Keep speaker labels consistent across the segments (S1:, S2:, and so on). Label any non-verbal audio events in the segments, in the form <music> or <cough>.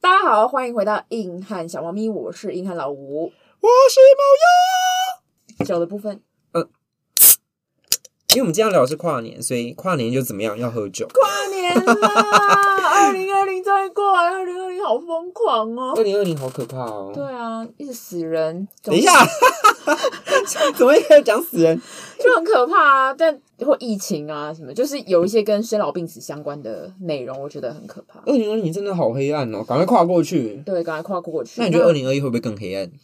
S1: 大家好，欢迎回到硬汉小猫咪，我是硬汉老吴。
S2: 我是
S1: 酒的部分，
S2: 因为我们今天要聊的是跨年，所以跨年就怎么样要喝酒。
S1: 跨年啦！二零二零终于过完，二零二零好疯狂
S2: <laughs> 二
S1: 哦。
S2: 零二零好可怕哦！
S1: 对，啊，一直死人，
S2: 等一下， <laughs> 怎么一开始讲死人？
S1: 就很可怕啊。但或疫情啊什么，就是有一些跟生老病死相关的内容，我觉得很可怕。
S2: 二零二零真的好黑暗哦，赶快跨过去。
S1: 对，赶快跨过去。
S2: 那你觉得二？零二一会不会更黑暗？ <sighs>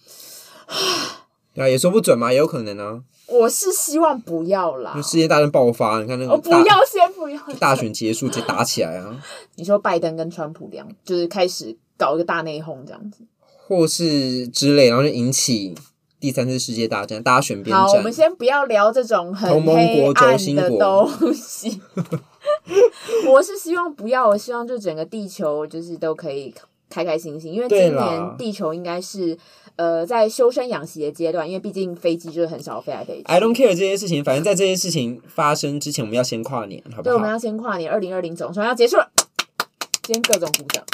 S2: 对啊，也说不准嘛，也有可能啊。
S1: 我是希望不要啦
S2: 那。世界大战爆发，你看那
S1: 我
S2: 个
S1: 不
S2: 大
S1: 要，先不要。
S2: 大选结束直接打起来啊，
S1: 你说拜登跟川普两，就是开始搞一个大内讧这样子。
S2: 或是之类，然后就引起第三次世界大战，大家选边
S1: 好，我
S2: 站
S1: 们。先不要聊这种很
S2: 同盟
S1: 黑
S2: 国轴
S1: 暗
S2: 心
S1: 的
S2: 国
S1: 东西。 <laughs> 我是希望不要，我希望就整个地球就是都可以开开心心，因为今
S2: 对
S1: 年
S2: 啦
S1: 地球应该是呃在修身养息的阶段，因为毕竟飞机就是很少飞来飞去。
S2: I don't care 这些事情，反正在这些事情发生之前，我们要先跨年，好不
S1: 对，我们
S2: 好？
S1: 要先跨年，二零二零总算要结束了，今天各种鼓掌。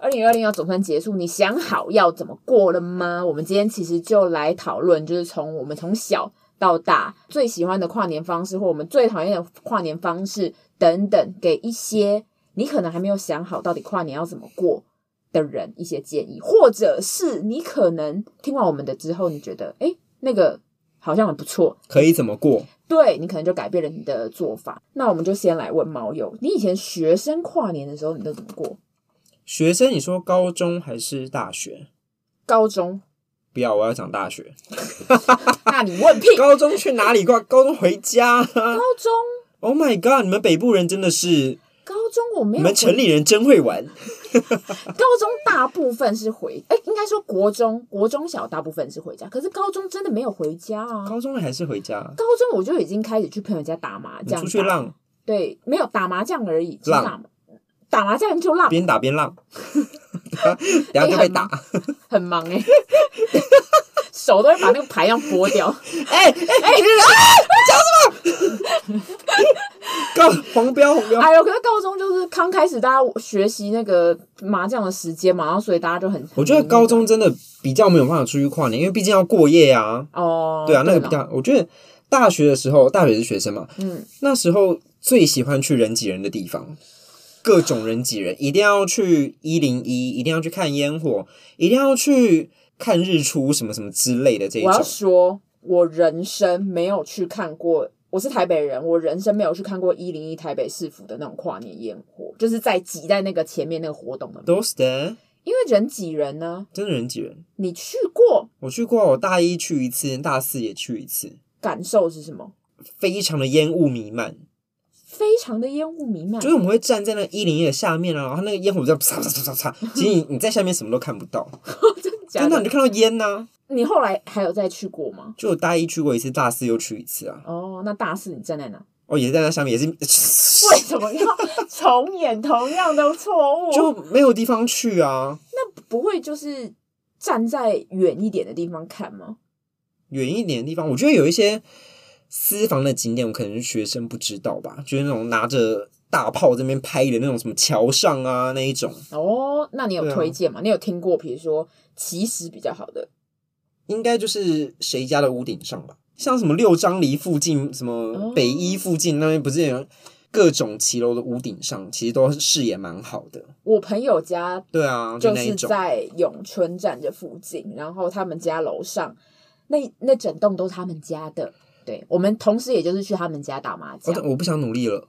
S1: 二零二零要总算结束，你想好要怎么过了吗？我们今天其实就来讨论，就是从我们从小到大最喜欢的跨年方式，或我们最讨厌的跨年方式等等，给一些你可能还没有想好到底跨年要怎么过的人一些建议，或者是你可能听完我们的之后，你觉得诶那个好像很不错，
S2: 可以怎么过？
S1: 对你可能就改变了你的做法。那我们就先来问猫友，你以前学生跨年的时候你都怎么过？
S2: 学生，你说高中还是大学？
S1: 高中？
S2: 不要，我要讲大学。
S1: 那你问屁！
S2: <laughs> 高中去哪里挂？ <laughs> 高中回家啊。
S1: 高中，
S2: Oh my god！你们北部人真的是，
S1: 高中我没
S2: 你
S1: 有
S2: 们
S1: 回。
S2: 城里人真会玩。
S1: 高中大部分是回，哎，应该说国中，国中小大部分是回家，可是高中真的没有回家啊。
S2: 高中还是回家？
S1: 高中我就已经开始去朋友家打麻
S2: 你
S1: 将，
S2: 出去
S1: 打，
S2: 浪，
S1: 对，没有打麻将而已，只
S2: 浪
S1: 打打麻将就浪，
S2: 边打边
S1: <laughs>
S2: 浪，等下就被打。
S1: 很忙哎、 <laughs> 手都会把那个牌要拨掉。
S2: 哎哎，你啊！讲什么？高黄标黄标，
S1: <laughs> 哎呦，可是高中就是刚开始大家学习那个麻将的时间嘛，然后所以大家就很
S2: 我觉得高中真的比较没有办法出去跨年，因为毕竟要过夜啊。
S1: 哦，
S2: 对啊，那个
S1: 啦
S2: 比较，我觉得大学的时候，大学是学生嘛，
S1: 嗯，
S2: 那时候最喜欢去人挤人的地方，各种人挤人，一定要去一零一，一定要去看烟火，一定要去看日出什么什么之类的这一
S1: 我
S2: 种
S1: 要。说，我人生没有去看过。我是台北人，我人生没有去看过一零一台北市府的那种跨年烟火，就是在挤在那个前面那个活动的，
S2: 都是的，
S1: 因为人挤人呢。
S2: 真的人挤人。
S1: 你去过，
S2: 我去过，我大一去一次，大四也去一次，
S1: 感受是什么？
S2: 非常的烟雾弥漫，
S1: 非常的烟雾弥漫，
S2: 就是我们会站在那一零一的下面啊，然后那个烟火在啪啪啪啪啪，其实你你在下面什么都看不到，
S1: <laughs> 真的 <laughs> 假
S2: 真的你
S1: 的
S2: 就？看到烟呐、
S1: 你后来还有再去过吗？
S2: 就我大一去过一次，大四又去一次啊，
S1: 哦，那大四你站在哪？
S2: 哦，也在那下面，也
S1: <laughs>
S2: 是
S1: 为什么要重演同样的错误？
S2: 就没有地方去啊。
S1: 不会就是站在远一点的地方看吗？
S2: 远一点的地方，我觉得有一些私房的景点，我可能学生不知道吧，就是那种拿着大炮这边拍的那种什么桥上啊那一种，
S1: 哦，那你有
S2: 对啊
S1: 推荐吗？你有听过，比如说其实比较好的
S2: 应该就是谁家的屋顶上吧，像什么六张犁附近、什
S1: 哦
S2: 么北一附近那边，不是有各种骑楼的屋顶上，其实都是视野蛮好的。
S1: 我朋友家
S2: 对啊，
S1: 就
S2: 那一
S1: 是
S2: 种。
S1: 在永春站这附近，然后他们家楼上那那整栋都是他们家的。对我们同时也就是去他们家打麻
S2: 我
S1: 将，
S2: 我不想努力
S1: <laughs>
S2: 了，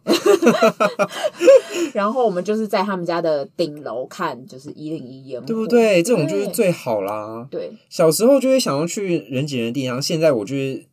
S1: 然后我们就是在他们家的顶楼看，就是一零一烟火，
S2: 对不？对？这种就是
S1: 对
S2: 最好啦。
S1: 对，
S2: 小时候就会想要去人挤人的地方，现在我就是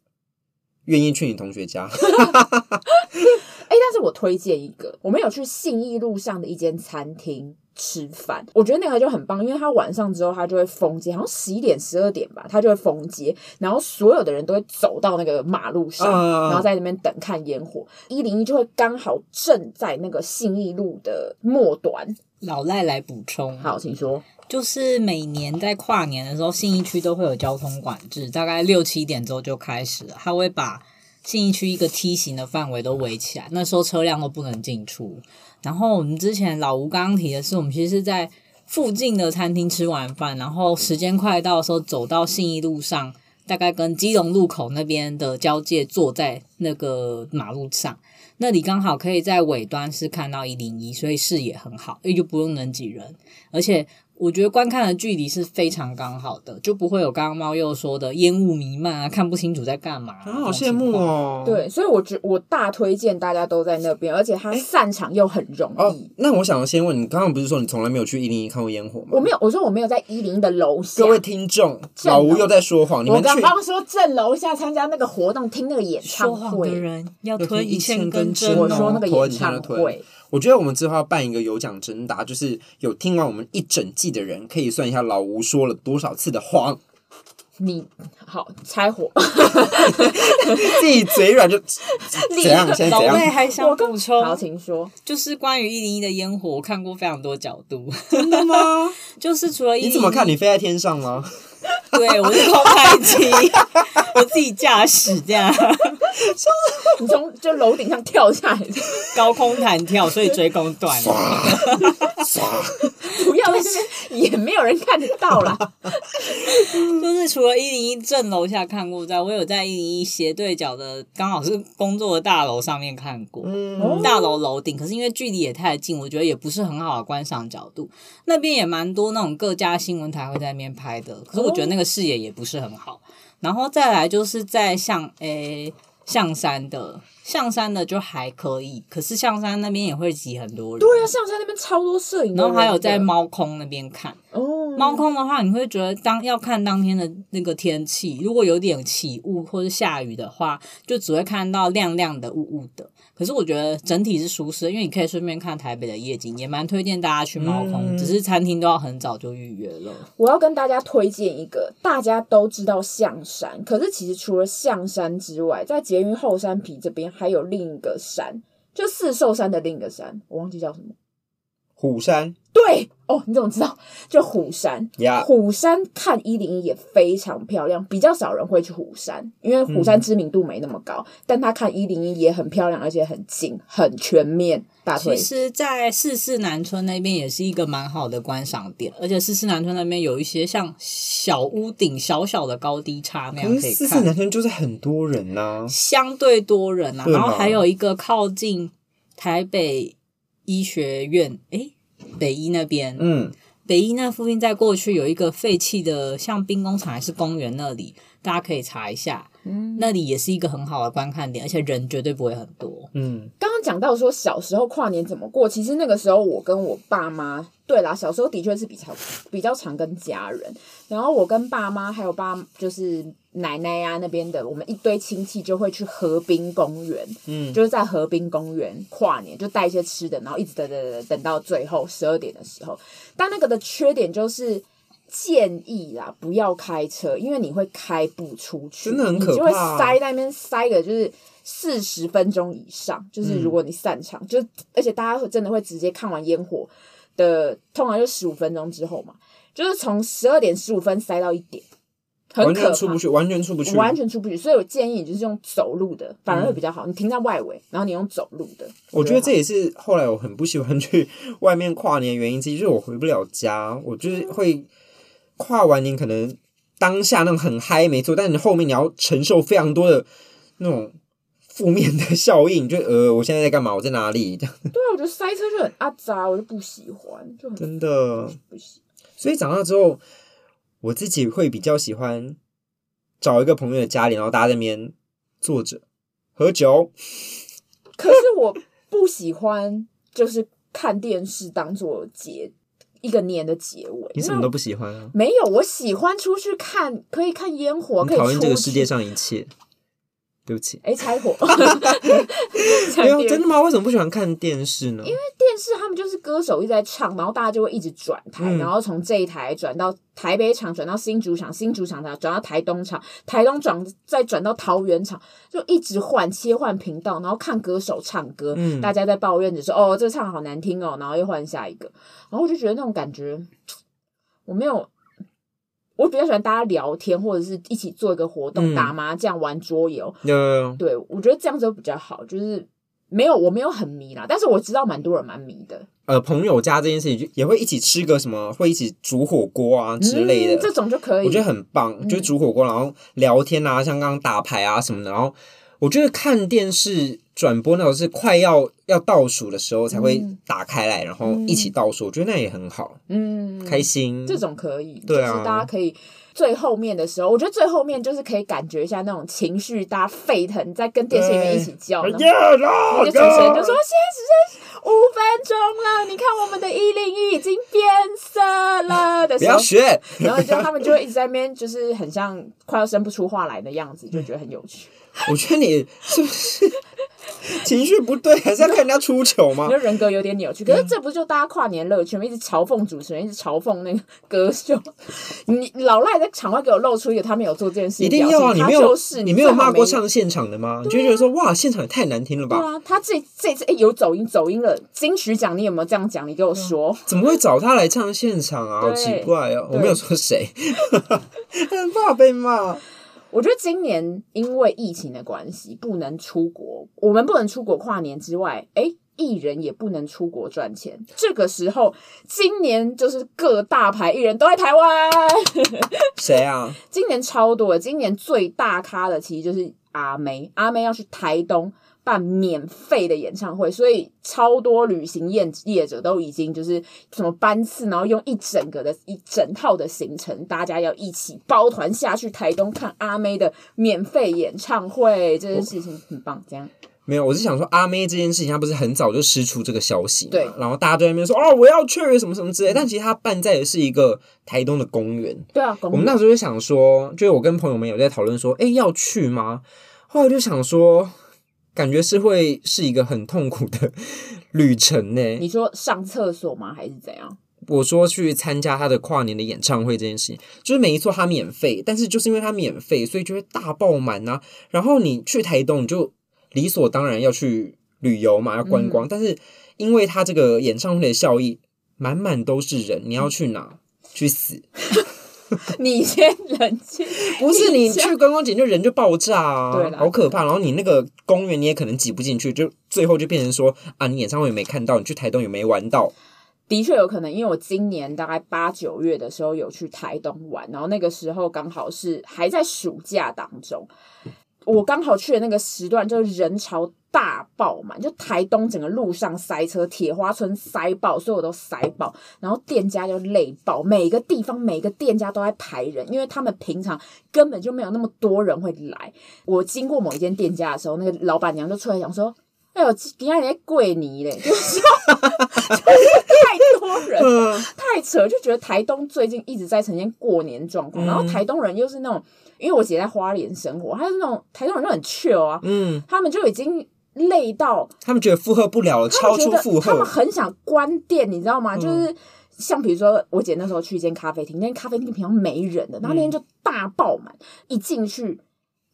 S2: 愿意去你同学家。
S1: 哎，但是我推荐一个，我们有去信义路上的一间餐厅，吃饭。我觉得那个就很棒，因为他晚上之后他就会封街，好像十一点、十二点吧，他就会封街，然后所有的人都会走到那个马路上，
S2: 嗯
S1: 然后在那边等看烟火。一零一就会刚好正在那个信义路的末端。
S3: 老赖来补充，
S1: 好，请说。
S3: 就是每年在跨年的时候，信义区都会有交通管制，大概六七点之后就开始了，他会把信义区一个梯形的范围都围起来，那时候车辆都不能进出。然后我们之前老吴刚刚提的是，我们其实是在附近的餐厅吃完饭，然后时间快到的时候，走到信义路上，大概跟基隆路口那边的交界，坐在那个马路上，那里刚好可以在尾端是看到一零一，所以视野很好，因为就不用人挤人，而且我觉得观看的距离是非常刚好的，就不会有刚刚猫又说的烟雾弥漫啊，看不清楚在干嘛、
S2: 啊， <laughs> 好羡慕！哦。。
S1: 对，所以我觉我大推荐大家都在那边，而且它散场又很容易。
S2: 哦，那我想先问你，刚刚不是说你从来没有去一零一看过烟火吗？
S1: 我没有，我说我没有在一零的楼下。
S2: 各位听众，
S1: 正
S2: 老吴
S1: 楼
S2: 又在说谎，你
S1: 我
S2: 们去
S1: 刚刚说正楼下参加那个活动，听那个演唱
S3: 说谎的
S1: 会。
S3: 人要
S2: 吞
S3: 吞
S2: 一
S3: 一
S2: 千
S3: 千
S2: 根
S3: 根
S2: 针
S3: 针、
S2: 哦
S3: 哦。
S1: 我说那个
S2: 吞
S1: 演唱
S2: 吞吞
S1: 会，
S2: 我觉得我们之后要办一个有奖征答，就是有听完我们一整季的人，可以算一下老吴说了多少次的谎， <laughs>
S1: 你好拆
S3: <laughs>
S1: 火。
S2: 自己嘴软
S1: <laughs>
S2: 就
S1: 立
S2: 怎样？现在
S3: 老
S2: 怎
S3: 魏
S2: 样？
S3: 还想补
S1: 好，
S3: 充，
S1: 请说。
S3: 就是关于一零一的烟火，我看过非常多角度。
S2: 真的吗？
S3: 就是除了一，
S2: 你怎么看？？你飞在天上吗？
S3: 对我是空拍机， <laughs> 我自己驾驶这样
S1: 你从就楼顶上跳下来，
S3: 高空弹跳，所以追光短了。
S1: 不要在那边，也没有人看得到
S3: <laughs>
S1: 啦。
S3: 啊就是除了一零一正楼下看过之外，我有在一零一斜对角的，刚好是工作的大楼上面看过。
S1: 哦
S2: 嗯，
S3: 大楼楼顶，可是因为距离也太近，我觉得也不是很好的观赏角度。那边也蛮多那种各家新闻台会在那边拍的，可是我觉得那个视野也不是很好。然后再来就是在象诶、象山的，象山的就还可以，可是象山那边也会挤很多人。
S1: 对啊，象山那边超多摄影的
S3: 然
S1: 人
S3: 后
S1: 的，
S3: 还有在猫空那边看，
S1: 哦，
S3: 嗯猫空的话，你会觉得当要看当天的那个天气，如果有点起雾或是下雨的话，就只会看到亮亮的、雾雾的。可是我觉得整体是舒适的，因为你可以顺便看台北的夜景，也蛮推荐大家去猫空，
S2: 嗯
S3: 只是餐厅都要很早就预约了。
S1: 我要跟大家推荐一个，大家都知道象山，可是其实除了象山之外，在捷运后山皮这边还有另一个山，就四兽山的另一个山，我忘记叫什么。
S2: 虎山
S1: 对哦，你怎么知道？就虎山，
S2: 呀，
S1: 虎山看一零一也非常漂亮，比较少人会去虎山，因为虎山知名度没那么
S3: 嗯
S1: 高，但他看一零一也很漂亮，而且很近，很全面，大推
S3: 其。实，在四四南村那边也是一个蛮好的观赏点，而且四四南村那边有一些像小屋顶、小小的高低差那样
S2: 可
S3: 可以
S2: 是
S3: 看。
S2: 四四男生就是很多人呐。
S3: 相对多人啊，
S2: 对嘛
S3: 然后还有一个靠近台北医学院，诶，北医那边，
S2: 嗯，
S3: 北医那附近，在过去有一个废弃的，像兵工厂还是公园那里，大家可以查一下，
S1: 嗯，
S3: 那里也是一个很好的观看点，而且人绝对不会很多。
S2: 嗯，
S1: 刚刚讲到说小时候跨年怎么过，其实那个时候我跟我爸妈，对啦，小时候的确是比较比较常跟家人，然后我跟爸妈还有爸就是奶奶呀、那边的，我们一堆亲戚就会去河滨公园，
S2: 嗯
S1: 就是在河滨公园跨年，就带一些吃的，然后一直等等等等等到最后十二点的时候。但那个的缺点就是建议啦，不要开车，因为你会开不出去，
S2: 真的很可怕
S1: 你就会塞在那边塞个就是。四十分钟以上，就是
S2: 嗯
S1: 如果你散场，就而且大家会真的会直接看完烟火的，通常就十五分钟之后嘛，就是从十二点十五分塞到一点，很
S2: 完
S1: 可
S2: 全
S1: 怕，
S2: 出不去，完全出不去，嗯
S1: 完全出不去。所以我建议你就是用走路的，反而会比较好。你停在外围，然后你用走路的。
S2: 我觉得这
S1: 好
S2: 也是后来我很不喜欢去外面跨年的原因之一，就是我回不了家，我就是
S1: 嗯
S2: 会跨完年可能当下那种很嗨没错，但你后面你要承受非常多的那种负面的效应，就呃我现在在干嘛，我在哪里，
S1: 对啊，我觉得塞车就很阿杂，我就不喜欢，就很
S2: 真的。
S1: 不喜。
S2: 所以长大之后，我自己会比较喜欢找一个朋友的家里，然后大家在那边坐着喝酒，
S1: 可是我不喜欢就是看电视当做结一个年的结尾。
S2: 你什么都不喜欢啊
S1: 那。没有，我喜欢出去看，可以看烟火，
S2: 你
S1: 可以
S2: 讨厌
S1: 出
S2: 这个世界
S1: 去
S2: 上一切，对不
S1: <laughs>
S2: 起。
S1: 哎，拆火，
S2: 没
S1: <laughs> 拆
S2: 有
S1: 电
S2: 真的吗？为什么不喜欢看电视呢？
S1: 电视他们就是歌手一直在唱，然后大家就会一直转台，
S2: 嗯
S1: 然后从这一台转到台北场，转到新竹场，新竹场转到台东场，台东转再转到桃园场，就一直换切换频道，然后看歌手唱歌，
S2: 嗯
S1: 大家在抱怨着说哦这个唱好难听哦，然后又换下一个，然后我就觉得那种感觉，我没有。我比较喜欢大家聊天，或者是一起做一个活动，
S2: 嗯
S1: 打麻将、玩桌游，
S2: 有有有，
S1: 对，我觉得这样子会比较好，就是没有我没有很迷啦，但是我知道蛮多人蛮迷的
S2: 呃，朋友家这件事情就也会一起吃个什么，会一起煮火锅啊之类
S1: 嗯
S2: 的，
S1: 这种就可以。嗯
S2: 我觉得很棒，就是煮火锅，然后聊天啊，像刚刚打牌啊什么的，然后我觉得看电视转播那种是快要要倒数的时候才会
S1: 嗯
S2: 打开来，然后一起倒数，我觉得那也很好，
S1: 嗯，
S2: 开心。
S1: 这种可以，
S2: 对啊
S1: 就是大家可以最后面的时候，我觉得最后面就是可以感觉一下那种情绪，大家沸腾，在跟电视里面一起叫。然后
S2: 呀啦
S1: 那个主持人就说：“现在只剩五分钟了，你看我们的一零一已经变色了”的
S2: 不
S1: 时候
S2: 要，学，
S1: 然后你知道他们就会一直在那边，就是很像快要生不出话来的样子，就觉得很有
S2: <laughs>
S1: 趣。
S2: 我觉得你是不
S1: <laughs>
S2: 是情绪不对，啊还是要看人家出糗吗
S1: 你的？人格有点扭
S2: 嗯
S1: 曲。可是这不就大家跨年乐趣吗？一直嘲讽主持人，一直嘲讽那个歌手。你老赖在场外给我露出一个他没有做这件事
S2: 一
S1: 情的
S2: 定
S1: 表情，
S2: 要啊！你没有，
S1: 他就是
S2: 你没有骂过
S1: 上。
S2: 上现场的吗？你就觉得说哇，现场也太难听了
S1: 啊对
S2: 吧？
S1: 啊，他这这次哎、有走音走音了，金曲奖你有没有这样讲？你给我说，
S2: 怎么会找他来唱现场啊？好
S1: 对
S2: 奇怪哦！
S1: 对
S2: 我没有说谁，很怕被骂。
S1: 我觉得今年因为疫情的关系不能出国，我们不能出国跨年之外，哎、艺人也不能出国赚钱。这个时候，今年就是各大牌艺人都在台湾，
S2: 谁啊？
S1: 今年超多的，今年最大咖的其实就是阿妹，阿妹要去台东办免费的演唱会，所以超多旅行业业者都已经就是什么班次，然后用一整个的一整套的行程，大家要一起包团下去台东看阿妹的免费演唱会，这件事情很棒，这样
S2: 没有，我是想说阿妹这件事情，她不是很早就释出这个消息嘛，
S1: 对
S2: 然后大家都在那边说哦，我要去什么什么之类，但其实她办在的是一个台东的公园。
S1: 对啊，
S2: 我
S1: 公
S2: 们那时候就想说，就是我跟朋友们有在讨论说，哎、要去吗？后来就想说，感觉是会是一个很痛苦的 <laughs> 旅程呢、
S1: 你说上厕所吗？还是怎样？ <laughs>
S2: 我说去参加他的跨年的演唱会这件事情，就是没错，他免费，但是就是因为他免费，所以就会大爆满呐、然后你去台东，你就理所当然要去旅游嘛，要观光。但是因为他这个演唱会的效益，满满都是人，你要去哪？去死！
S1: 你先冷静，
S2: 不是
S1: 你
S2: 你
S1: 这样
S2: 去观光景就人就爆炸啊，
S1: 对啦
S2: 好可怕。然后你那个公园你也可能挤不进去，就最后就变成说啊，你演唱会也没看到，你去台东也没玩到，
S1: 的确有可能，因为我今年大概八九月的时候有去台东玩，然后那个时候刚好是还在暑假当中，我刚好去的那个时段就是人潮大爆满，就台东整个路上塞车，铁花村塞爆，所有都塞爆，然后店家就累爆，每个地方每个店家都在排人，因为他们平常根本就没有那么多人会来。我经过某一间店家的时候，那个老板娘就出来讲说。哎呦，今天在跪你嘞， <laughs> 就是说就是太多人，
S2: 嗯，
S1: 太扯，就觉得台东最近一直在呈现过年状况，
S2: 嗯
S1: 然后台东人又是那种，因为我姐在花莲生活，她是那种台东人就很 chill 啊，
S2: 嗯，
S1: 他们就已经累到
S2: 他们觉得负荷不了了，
S1: 他
S2: 超
S1: 们觉
S2: 出
S1: 得
S2: 负
S1: 他们
S2: 荷，嗯
S1: 很想关店，你知道吗？就是像比如说，我姐那时候去一间咖啡厅，那间咖啡厅平常没人的，然后那天就大爆满，一进去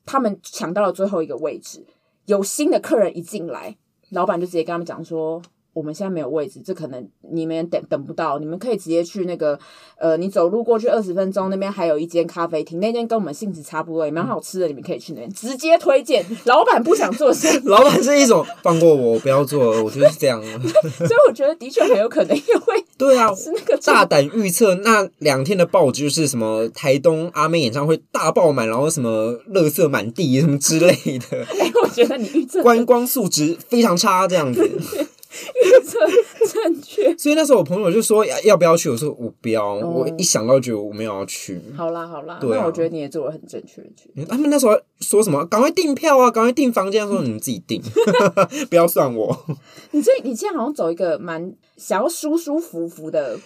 S1: 他们抢到了最后一个位置，有新的客人一进来，老板就直接跟他们讲说。我们现在没有位置，这可能你们等等不到，你们可以直接去那个，呃，你走路过去二十分钟，那边还有一间咖啡厅，那间跟我们性质差不多，也蛮好吃的，你们可以去那边直接推荐。老板不想做的事 <laughs> 情，
S2: 老板是一种放过我，我不要做了，我就是这样了。
S1: 所以我觉得的确很有可能也会
S2: 对啊，
S1: 是那个
S2: 大胆预测那两天的报纸就是什么台东阿妹演唱会大爆满，然后什么垃圾满地什么之类的，
S1: 哎、我觉得你预测
S2: 观光素质非常差这样子。
S1: 预测正确。
S2: 所以那时候我朋友就说哎要要不要去，我说我不要，我一想到就觉得我没有要去。
S1: 好啦好啦，
S2: 对啊
S1: 那我觉得你也做了很正确的决定。
S2: 他们那时候说什么？赶快订票啊，赶快订房间，说你们自己订， <laughs> 不要算我。
S1: 你这你现在好像走一个蛮想要舒舒服服的，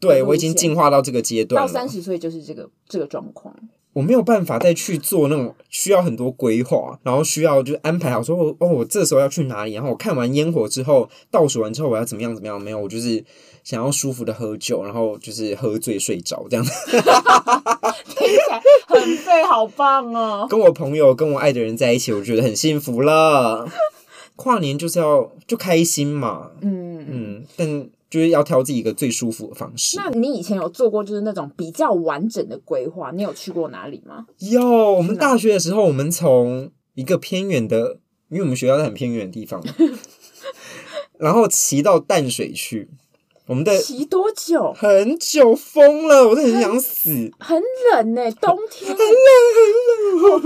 S2: 对我已经进化到这个阶段啊
S1: 到
S2: 了
S1: 三。十岁就是这个这个状况。
S2: 我没有办法再去做那种需要很多规划，然后需要就是安排好说哦哦，我这时候要去哪里，然后我看完烟火之后，倒数完之后我要怎么样怎么样，没有，我就是想要舒服的喝酒，然后就是喝醉睡着这样子，
S1: 听起来很废，好棒
S2: <laughs>
S1: 哦！
S2: 跟我朋友跟我爱的人在一起，我觉得很幸福了。 <laughs> 跨年就是要就开心嘛，
S1: 嗯，
S2: 嗯，但就是要挑自己一个最舒服的方式。
S1: 那你以前有做过就是那种比较完整的规划？你有去过哪里吗？
S2: 有，我们大学的时候，我们从一个偏远的，因为我们学校在很偏远的地方 <laughs> 嘛，然后骑到淡水去，我们的
S1: 骑多久？
S2: 很久疯了，我真的很想死，
S1: 很冷
S2: <laughs>
S1: 呢、冬天欸、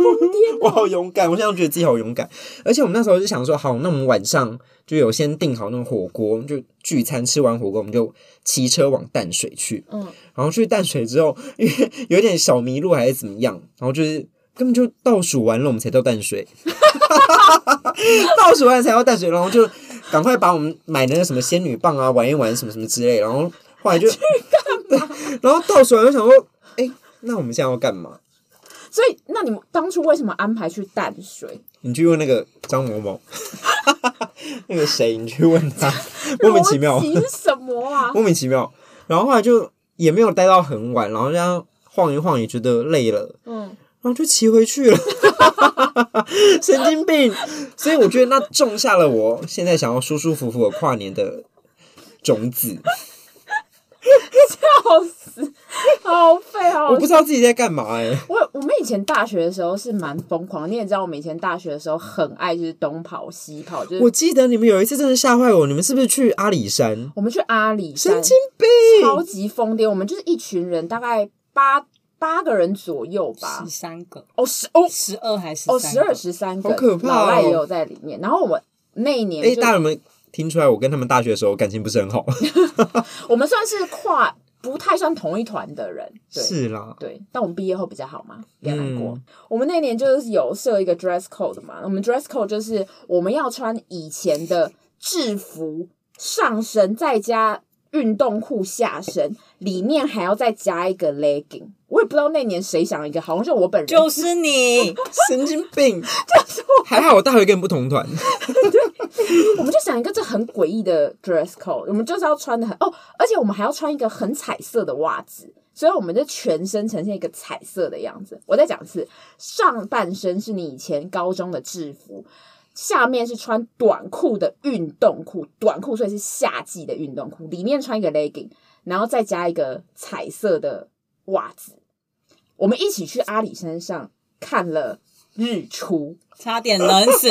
S2: 我好勇敢，我现在觉得自己好勇敢。而且我们那时候就想说，好，那我们晚上就有先订好那种火锅，就聚餐，吃完火锅我们就骑车往淡水去。
S1: 嗯，
S2: 然后去淡水之后， <laughs> 因为有点小迷路还是怎么样，然后就是根本就倒数完了，我们才到淡水，倒数完才到淡水，然后就赶快把我们买的那什么仙女棒啊玩一玩什么什么之类，然后后来就 <laughs> 然后倒数完就想说，哎、那我们现在要干嘛？
S1: 所以那你们当初为什么安排去淡水？
S2: 你去问那个张某某， <laughs> 那个谁，你去问
S1: <laughs>
S2: 他， <laughs> 莫名其妙，
S1: 逻辑是什么
S2: <laughs>
S1: 啊？
S2: 莫名其妙。然后后来就也没有待到很晚，然后这样晃一晃也觉得累了，
S1: 嗯，
S2: 然后就骑回去了， <laughs> 神经病。所以我觉得那种下了我现在想要舒舒服服的跨年的种子。
S1: 笑 <laughs> 死，好废，好
S2: 我不知道自己在干嘛哎、
S1: 我我们以前大学的时候是蛮疯狂，你也知道，我们以前大学的时候很爱就是东跑西跑，就是
S2: 我记得你们有一次真的吓坏我，你们是不是去阿里山？
S1: 我们去阿里山
S2: 神，经病！
S1: 超级疯癫，我们就是一群人，大概八八个人左右吧
S3: 十，三个，
S1: 哦十哦
S3: 十二还是
S1: 哦十二十三个，
S2: 好可怕哦
S1: 老赖也有在里面。然后我们那一年
S2: 哎、
S1: 就
S2: 大人们听出来，我跟他们大学的时候感情不是很好。
S1: 我们算是跨不太算同一团的人，对。
S2: 是啦，
S1: 对，但我们毕业后比较好嘛，比较难过。
S2: 嗯
S1: 我们那年就是有设一个 dress code 嘛，我们 dress code 就是我们要穿以前的制服上身，再加运动裤下身，里面还要再加一个 legging。我也不知道那年谁想一个，好像是我本人，
S3: 就
S1: <laughs>
S3: 是你，
S2: 神经病。还好我大学跟你不同团，
S1: 我们就想一个这很诡异的 dress code，我们就是要穿的很哦，而且我们还要穿一个很彩色的袜子，所以我们的全身呈现一个彩色的样子。我再讲一次，上半身是你以前高中的制服，下面是穿短裤的运动裤，短裤所以是夏季的运动裤，里面穿一个 legging，然后再加一个彩色的袜子。我们一起去阿里山上看了日出。
S3: 差点冷死，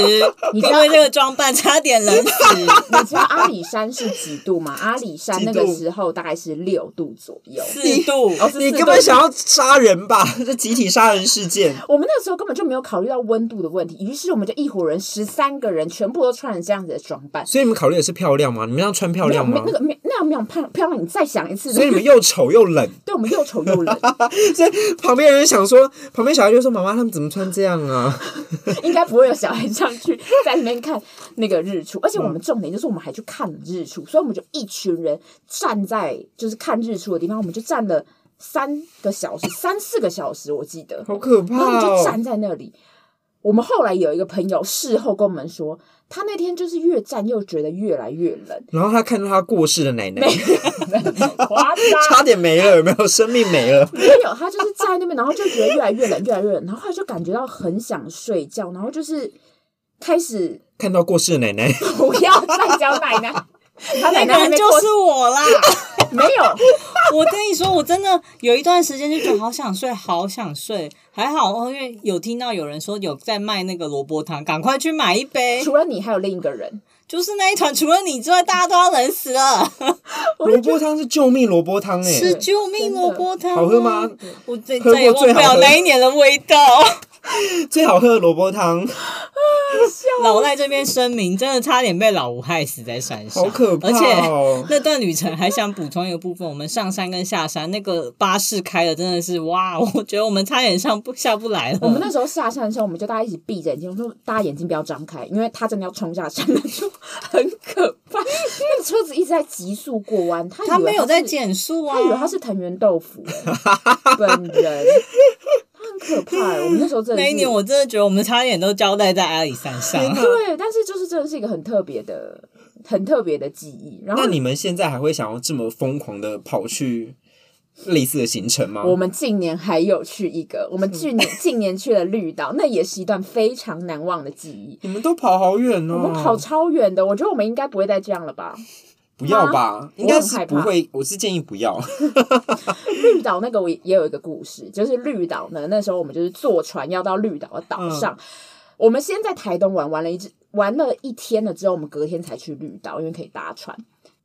S1: 你
S3: 因
S1: 知道
S3: 为这个装扮差点冷死。
S1: <laughs> 你知道阿里山是几度
S2: <laughs>
S1: 吗？阿里山那个
S2: 几度
S1: 时候大概是六度左右。
S3: 四度，
S1: 哦，是
S2: 你
S1: 四
S2: 根
S1: 度
S2: 本想要杀人吧？ <laughs> 这集体杀人事件，
S1: 我们那个时候根本就没有考虑到温度的问题，于是我们就一伙人十三个人全部都穿成这样子的装扮，
S2: 所以你们考虑的是漂亮吗？你们要穿漂
S1: 没有
S2: 亮
S1: 没
S2: 吗
S1: 那？个没那样没有漂亮漂亮，你再想一次，
S2: 所以你们又丑又
S1: <laughs>
S2: 冷，
S1: 对我们又丑又冷，
S2: <laughs> 所以旁边人想说，旁边小孩就说：“妈妈，他们怎么穿这样啊
S1: 应该不会有小孩上去在那边看那个日出，而且我
S2: 嗯
S1: 们重点就是我们还去看日出，所以我们就一群人站在就是看日出的地方，我们就站了三个小时，三四个小时，我记得？”
S2: 好可
S1: 然后
S2: 怕
S1: 你就站
S2: 哦！
S1: 在那里。我们后来有一个朋友事后跟我们说，他那天就是越站又觉得越来越冷，
S2: 然后他看到他过世的奶奶，
S1: 夸张。
S2: 差点没了，有没有？生命没了。
S1: 没有，他就是站在那边，然后就觉得越来越冷，越来越冷，然后后来就感觉到很想睡觉，然后就是开始
S2: 看到过世的奶奶，
S1: 不要再叫奶奶，他奶
S3: 那
S1: 奶
S3: 个
S1: 还
S3: 人
S1: 没
S3: 就
S1: 过
S3: 是
S1: 世，
S3: 我啦！
S1: 没有，
S3: <laughs> 我跟你说，我真的有一段时间就觉得好想睡，好想睡。还好，哦因为有听到有人说有在卖那个萝卜汤，赶快去买一杯。
S1: 除了你还有另一个人，
S3: 就是那一团，除了你之外，大家都要冷死了。
S2: 萝卜汤是救命萝卜汤哎
S3: 是，救命萝卜
S1: 啊
S3: 汤、哦
S2: 好喝吗？？
S3: 我再
S2: 喝过
S3: 再也忘不
S2: 最好
S3: 了
S2: 喝
S3: 那一年的味道。
S2: 最好喝的萝卜汤。
S1: 啊
S3: 老赖这边声明，真的差点被老吴害死在山上，
S2: 好可怕
S3: 而
S2: 哦
S3: 且 <laughs> 那段旅程还想补充一个部分，我们上山跟下山那个巴士开的真的是哇，我觉得我们差点上不下不来了。
S1: 我们那时候下山的时候，我们就大家一起闭着眼睛，我说大家眼睛不要张开，因为他真的要冲下山，那 <laughs> 就很可怕。那个车子一直在急速过弯，他以为
S3: 他没有在
S1: 是，
S3: 减速啊， <laughs>
S1: 他以为他是藤原豆腐，本人，他很可怕欸！我们那时候真的
S3: 那
S1: 是
S3: 一年我真的觉得我们差点都交代在阿里山上。
S1: 对，但是就是真的是一个很特别的、很特别的记忆。然后
S2: 那你们现在还会想要这么疯狂的跑去类似的行程吗？
S1: 我们近年还有去一个，我们去年近年去了绿岛，那也是一段非常难忘的记忆。
S2: 你们都跑好远
S1: 我
S2: 哦，
S1: 们跑超远的，我觉得我们应该不会再这样了吧？
S2: 不要吧？应该是
S1: 害怕
S2: 不会，我是建议不要。
S1: 绿岛那个我也也有一个故事，就是绿岛呢，那时候我们就是坐船要到绿岛的岛上，我们先在台东玩，玩了一只玩了一天了之后，我们隔天才去绿岛，因为可以搭船。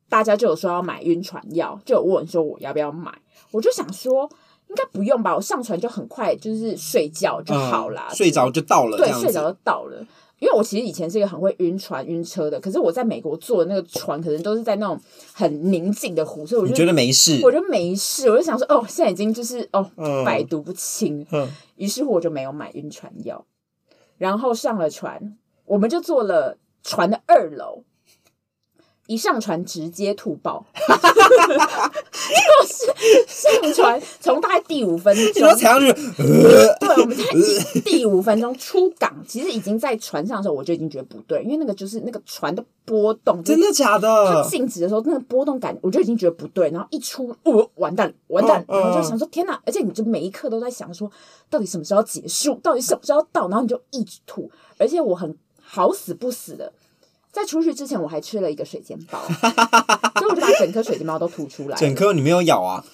S1: 大家就有说要买晕船药，就有问说我要不要买，我就想说应该不用吧，我上船就很快就是睡觉就 <laughs> 好啦，
S2: 嗯睡着就到了，这
S1: 对，
S2: 样
S1: 睡着
S2: 子。
S1: 就到了。因为我其实以前是一个很会晕船、晕车的，可是我在美国坐的那个船，可能都是在那种很宁静的湖，所以我
S2: 你
S1: 就
S2: 觉得没事？
S1: 我就没事，我就想说，哦，现在已经就是哦
S2: 嗯，
S1: 百毒不侵，
S2: 嗯
S1: 于是乎我就没有买晕船药，然后上了船，我们就坐了船的二楼，一上船直接吐爆， <laughs> 就是上船从大概第五分
S2: 你
S1: 钟
S2: 说，踩上去，呃，
S1: 对，我们
S2: <laughs>
S1: 在第第五分钟出港，其实已经在船上的时候我就已经觉得不对，因为那个就是那个船的波动，就是
S2: 真的
S1: 它
S2: 假的？
S1: 静止的时候，那个波动感我就已经觉得不对，然后一出，哦，完蛋了，完蛋了，
S2: 嗯嗯
S1: 然后就想说天哪！而且你就每一刻都在想说，到底什么时候要结束，到底什么时候要到，然后你就一直吐，而且我很好死不死的，在出去之前我还吃了一个水煎包， <laughs> 所以我就把整颗水煎包都吐出来了，
S2: 整颗你没有咬啊？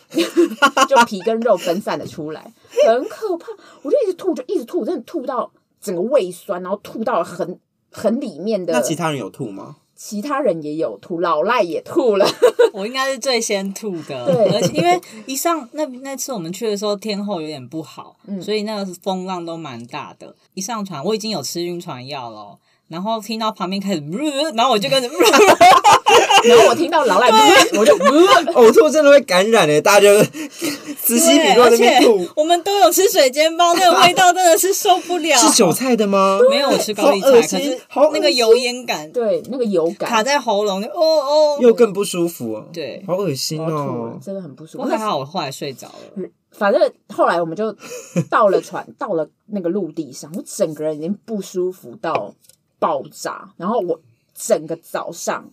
S1: 就皮跟肉分散的出来，很可怕。我就一直吐，就一直吐，真的吐到整个胃酸，然后吐到很很里面的。
S2: 那其他人有吐吗？
S1: 其他人也有吐，老赖也吐了。
S3: <laughs> 我应该是最先吐的，
S1: 对
S3: 而且因为一上那那次我们去的时候天候有点不好，
S2: 嗯
S3: 所以那个风浪都蛮大的。一上船我已经有吃晕船药了，然后听到旁边开始， <laughs> 然后我就跟着， <laughs>
S1: 然后我听到老赖， <laughs> 我就呃
S2: 呕吐真的会感染诶，大家就此起彼
S3: 对，
S2: 落
S3: 而
S2: 在那边
S3: 且
S2: 吐，
S3: 我们都有吃水煎包，那个味道真的是受不了。
S2: 是韭菜的吗？
S3: 没有我吃高丽
S2: 好恶
S3: 菜，可
S2: 心
S3: 是
S2: 好恶
S3: 那个
S2: 心
S3: 油烟感
S1: <laughs> 对那个油
S3: 卡
S1: 感，
S3: 在喉咙，就哦哦，
S2: 又更不舒服，哦
S3: 对
S2: 好恶心
S1: 我要吐了
S2: 哦，。
S1: 真的很不舒
S3: 我
S1: 服。
S3: 还
S1: 那
S3: 好，我后来睡着了。
S1: 反正后来我们就到了船， <laughs> 到了那个陆地上，我整个人已经不舒服到爆炸，然后我整个早上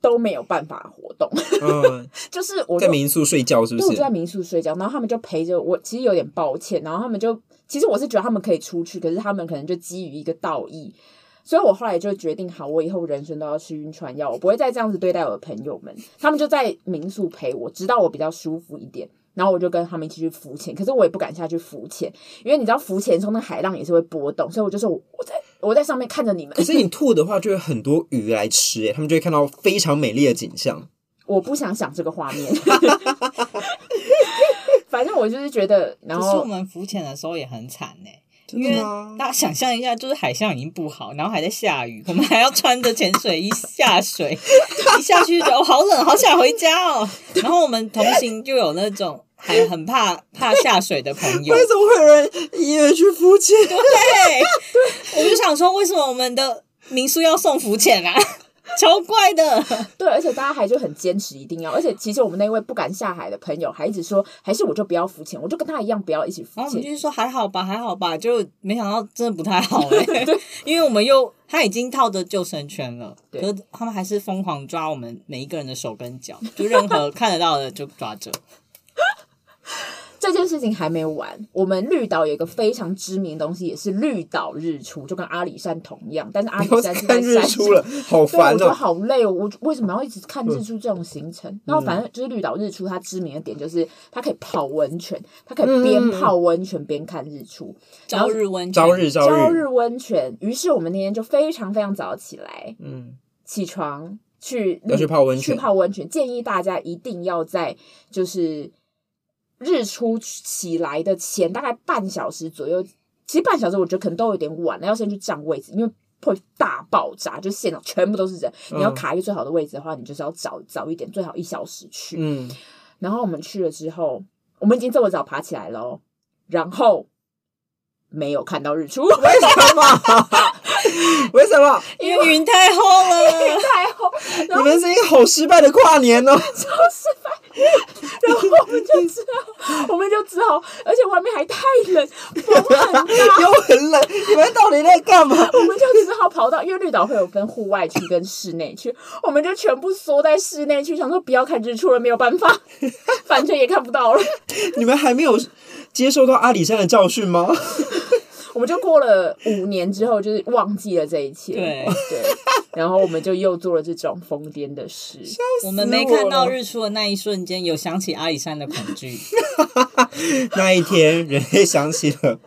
S1: 都没有办法活动， <laughs>
S2: 嗯，
S1: 就是我就
S2: 在民宿睡觉是不
S1: 对，我
S2: 是
S1: 就？在民宿睡觉，然后他们就陪着我，其实有点抱歉，然后他们就，其实我是觉得他们可以出去，可是他们可能就基于一个道义，所以我后来就决定好，我以后人生都要吃晕船药，我不会再这样子对待我的朋友们。他们就在民宿陪我，直到我比较舒服一点，然后我就跟他们一起去浮潜，可是我也不敢下去浮潜，因为你知道浮潜的时候那海浪也是会波动，所以我就说我我在我在上面看着你们
S2: 可，是你吐的话，就有很多鱼来吃，欸诶，他们就会看到非常美丽的景象。
S1: 我不想想这个画面。 <laughs> 反正我就是觉得，然
S3: 可是
S1: 后
S3: 我们浮潜的时候也很惨呢、
S2: 真
S3: 因为
S2: 的吗？
S3: 大家想象一下，就是海象已经不好，然后还在下雨，我们还要穿着潜水衣
S2: <laughs>
S3: 下水，一下去就觉得哦好冷，好想回家哦。然后我们同行就有那种还很怕怕下水的朋
S2: <laughs>
S3: 友
S2: 为，什么会有人一个人去浮潜？
S3: 对，我就想说，为什么我们的民宿要送浮潜啊？ <laughs> 超怪的，
S1: 对，而且大家还就很坚持一定要，而且其实我们那位不敢下海的朋友还一直说，还是我就不要浮潜，我就跟他一样不要一起浮
S2: 哦
S3: 然后我们
S1: 潜。
S3: 就说还好吧，还好吧，就没想到真的不
S1: <laughs>
S3: 太好哎、因为我们又他已经套着救生圈了，
S1: 对
S3: 可是他们还是疯狂抓我们每一个人的手跟脚，就任何看得到的就抓着。
S1: 这件事情还没完，我们绿岛有一个非常知名的东西，也是绿岛日出，就跟阿里山同样，但是阿
S2: 你要
S1: 里
S2: 是
S1: 山是在
S2: 看日
S1: 山
S2: 出
S1: 上。
S2: 了，
S1: 对，
S2: 好烦
S1: 我觉得
S2: 哦。嗯
S1: 好累哦！我为什么要一直看日出这种行程？然后反正就是绿岛日出，它知名的点就是它可以泡温泉，它
S2: 嗯
S1: 可以边泡温泉边看日出， <laughs> 然
S3: 朝
S1: 后
S3: 日温泉，
S2: 朝日朝
S1: 朝
S2: 日，
S1: 日温泉。于是我们那天就非常非常早起来，
S2: 嗯，
S1: 起床去
S2: 要去泡温泉
S1: 去泡温泉，建议大家一定要在就是日出起来的前大概半小时左右，其实半小时我觉得可能都有点晚了，要先去占位置，因为。会大爆炸，就现场全部都是人。
S2: 嗯
S1: 你要卡一个最好的位置的话，你就是要早早一点，最好一小时去。
S2: 嗯， <laughs>
S1: 然后我们去了之后，我们已经这么早爬起来了哦，然后没有看到日出，
S2: 为什么？ <laughs> 为什么？
S3: <laughs> 因为云太厚了。
S1: <laughs> 太后，然
S2: <laughs>
S1: 后
S2: 你们是一个好失败的跨年哦！
S1: 就是然后我们就只
S2: <laughs>
S1: 好，我们就只好，而且外面还太冷，风很大，
S2: 又很冷，你们到底在干嘛？
S1: 我们就只好跑到，因为绿岛会有分户外区跟室内区，我们就全部缩在室内区，想说不要看日出了，没有办
S2: <laughs>
S1: 法，反正也看不到了， <laughs>
S2: 你们还没有接受到阿里山的教训吗？
S1: 我们就过了五年之后，就是忘记了这一切，
S3: 对
S1: 对，然后我们就又做了这种疯癫的事，
S3: 我们没看到日出的那一瞬间，有想起阿里山的恐
S1: <laughs>
S3: 惧。
S2: 那一天，人类想起
S1: <laughs>
S2: 了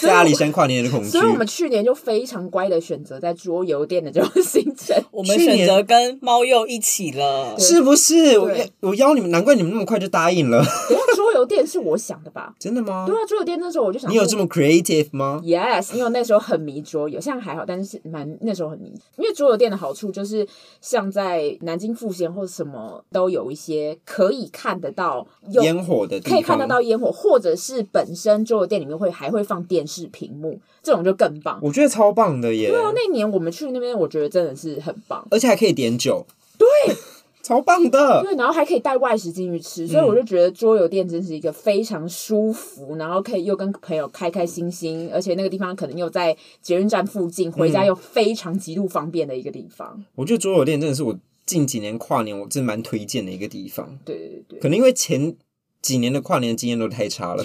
S2: 在阿里山跨年的恐惧。
S1: 所以我们去年就非常乖的选择在桌游店的这种行程， <laughs>
S3: 我们
S2: 去年
S3: 选择跟猫鼬一起了，
S2: 是不是？我
S1: 对
S2: 我邀你们，难怪你们那么快就答应了。 <laughs>
S1: 等一下桌游店是我想的吧？
S2: 真的吗
S1: 对？啊，桌游店那时候我就想说，
S2: 你有这么 creative 吗？
S1: Yes，因为我那时候很迷桌游，现在还好，但是蛮那时候很迷。因为桌游店的好处就是，像在南京复兴或者什么，都有一些可以看得到有
S2: 烟火的地
S1: 可
S2: 方
S1: 以看得到烟火，或者是本身桌游店里面会还会放电视屏幕，这种就更棒。
S2: 我觉得超棒的耶！
S1: 对啊，那年我们去那边，我觉得真的是很棒。
S2: 而且还可以点酒，对， <laughs> 超棒的。
S1: 对，然后还可以带外食进去吃，所以我就觉得桌游店真是一个非常舒服，然后可以又跟朋友开开心心，而且那个地方可能又在捷运站附近，回家又非常极度方便的一个地方。
S2: 我觉得桌游店真的是我近几年跨年我真的蛮推荐的一个地方，
S1: 对对对，
S2: 可能因为前几年的跨年经验都太 <laughs> 差了。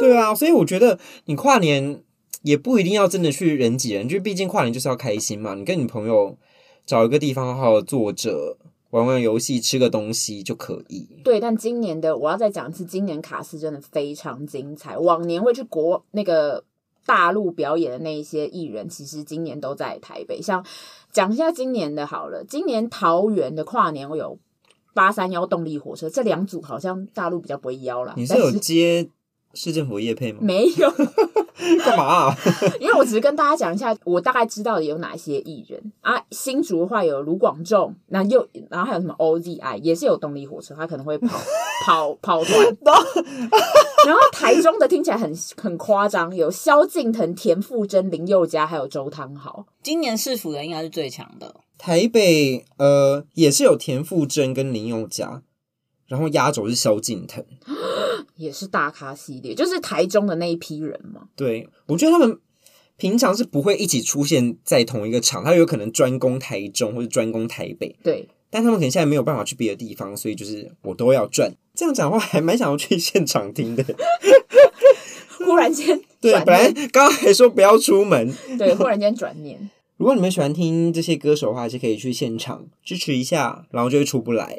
S2: 对啊，所以我觉得你跨年也不一定要真的去人挤人，就毕竟跨年就是要开心嘛。你跟你朋友找一个地方好好坐着，玩玩游戏，吃个东西就可以。
S1: 对，但今年的我要再讲一次，今年卡斯真的非常精彩。往年会去国那个大陆表演的那一些艺人，其实今年都在台北。像讲一下今年的好了，今年桃园的跨年我有八三幺动力火车这两组，好像大陆比较不会邀啦。
S2: 你是
S1: 但
S2: 有
S1: 是
S2: 接市政府业配吗？
S1: 没有？
S2: 干嘛啊、
S1: 因为我只是跟大家讲一下，我大概知道的有哪些艺人啊。新竹的话有卢广仲，那又然后还有什么 OZI，也是有动力火车，他可能会
S2: <laughs>
S1: 跑跑跑团。然后台中的听起来很很夸张，有萧敬腾、田馥甄、林宥嘉，还有周汤豪。
S3: 今年市府的应该是最强的。
S2: <laughs> 台北呃也是有田馥甄跟林宥嘉，然后压轴是萧敬腾。
S1: 也是大咖系列，就是台中的那一批人嘛。
S2: 对我觉得他们平常是不会一起出现在同一个场，他有可能专攻台中或者专攻台北，
S1: 对，
S2: 但他们可能现在没有办法去别的地方，所以就是我都要赚。这样讲的话，还蛮想要去现场听的。
S1: 忽然间
S2: 对，
S1: 转
S2: 本来
S1: 念，
S2: 刚刚还说不要出门。
S1: 对，忽然间转念。
S2: 如果你们喜欢听这些歌手的话，还是可以去现场支持一下，然后就会出
S1: <laughs>
S2: 不来，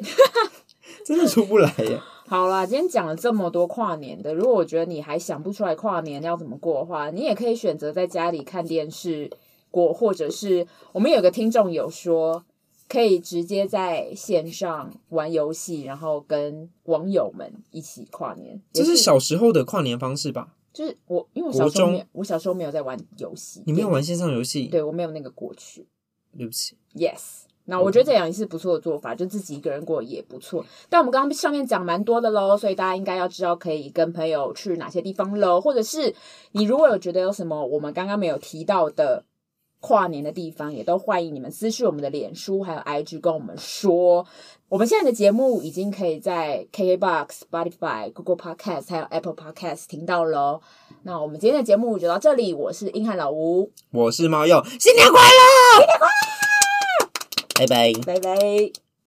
S2: 真的出不来耶。
S1: 好啦，今天讲了这么多跨年的，如果我觉得你还想不出来跨年要怎么过的话，你也可以选择在家里看电视过，或者是我们有个听众有说，可以直接在线上玩游戏，然后跟网友们一起跨年。
S2: 这
S1: 也
S2: 是小时候的跨年方式吧？
S1: 就是我，因为我小时候
S2: 国中
S1: 没有，我小时候没有在玩游戏，
S2: 你没有玩线上游戏？
S1: 对？对，我没有那个过去。
S2: 对不起，
S1: Yes，那我觉得这样也是不错的做法，就自己一个人过也不错。但我们刚刚上面讲蛮多的喽，所以大家应该要知道可以跟朋友去哪些地方喽，或者是你如果有觉得有什么我们刚刚没有提到的。跨年的地方也都欢迎你们私讯我们的脸书还有 IG 跟我们说。我们现在的节目已经可以在 KKBox、Spotify、Google Podcast 还有 Apple Podcast 听到喽。那我们今天的节目就到这里，我是硬汉老吴，
S2: 我是猫鼬，新年快乐，新年快乐，拜
S1: 拜
S2: 拜。
S1: 拜。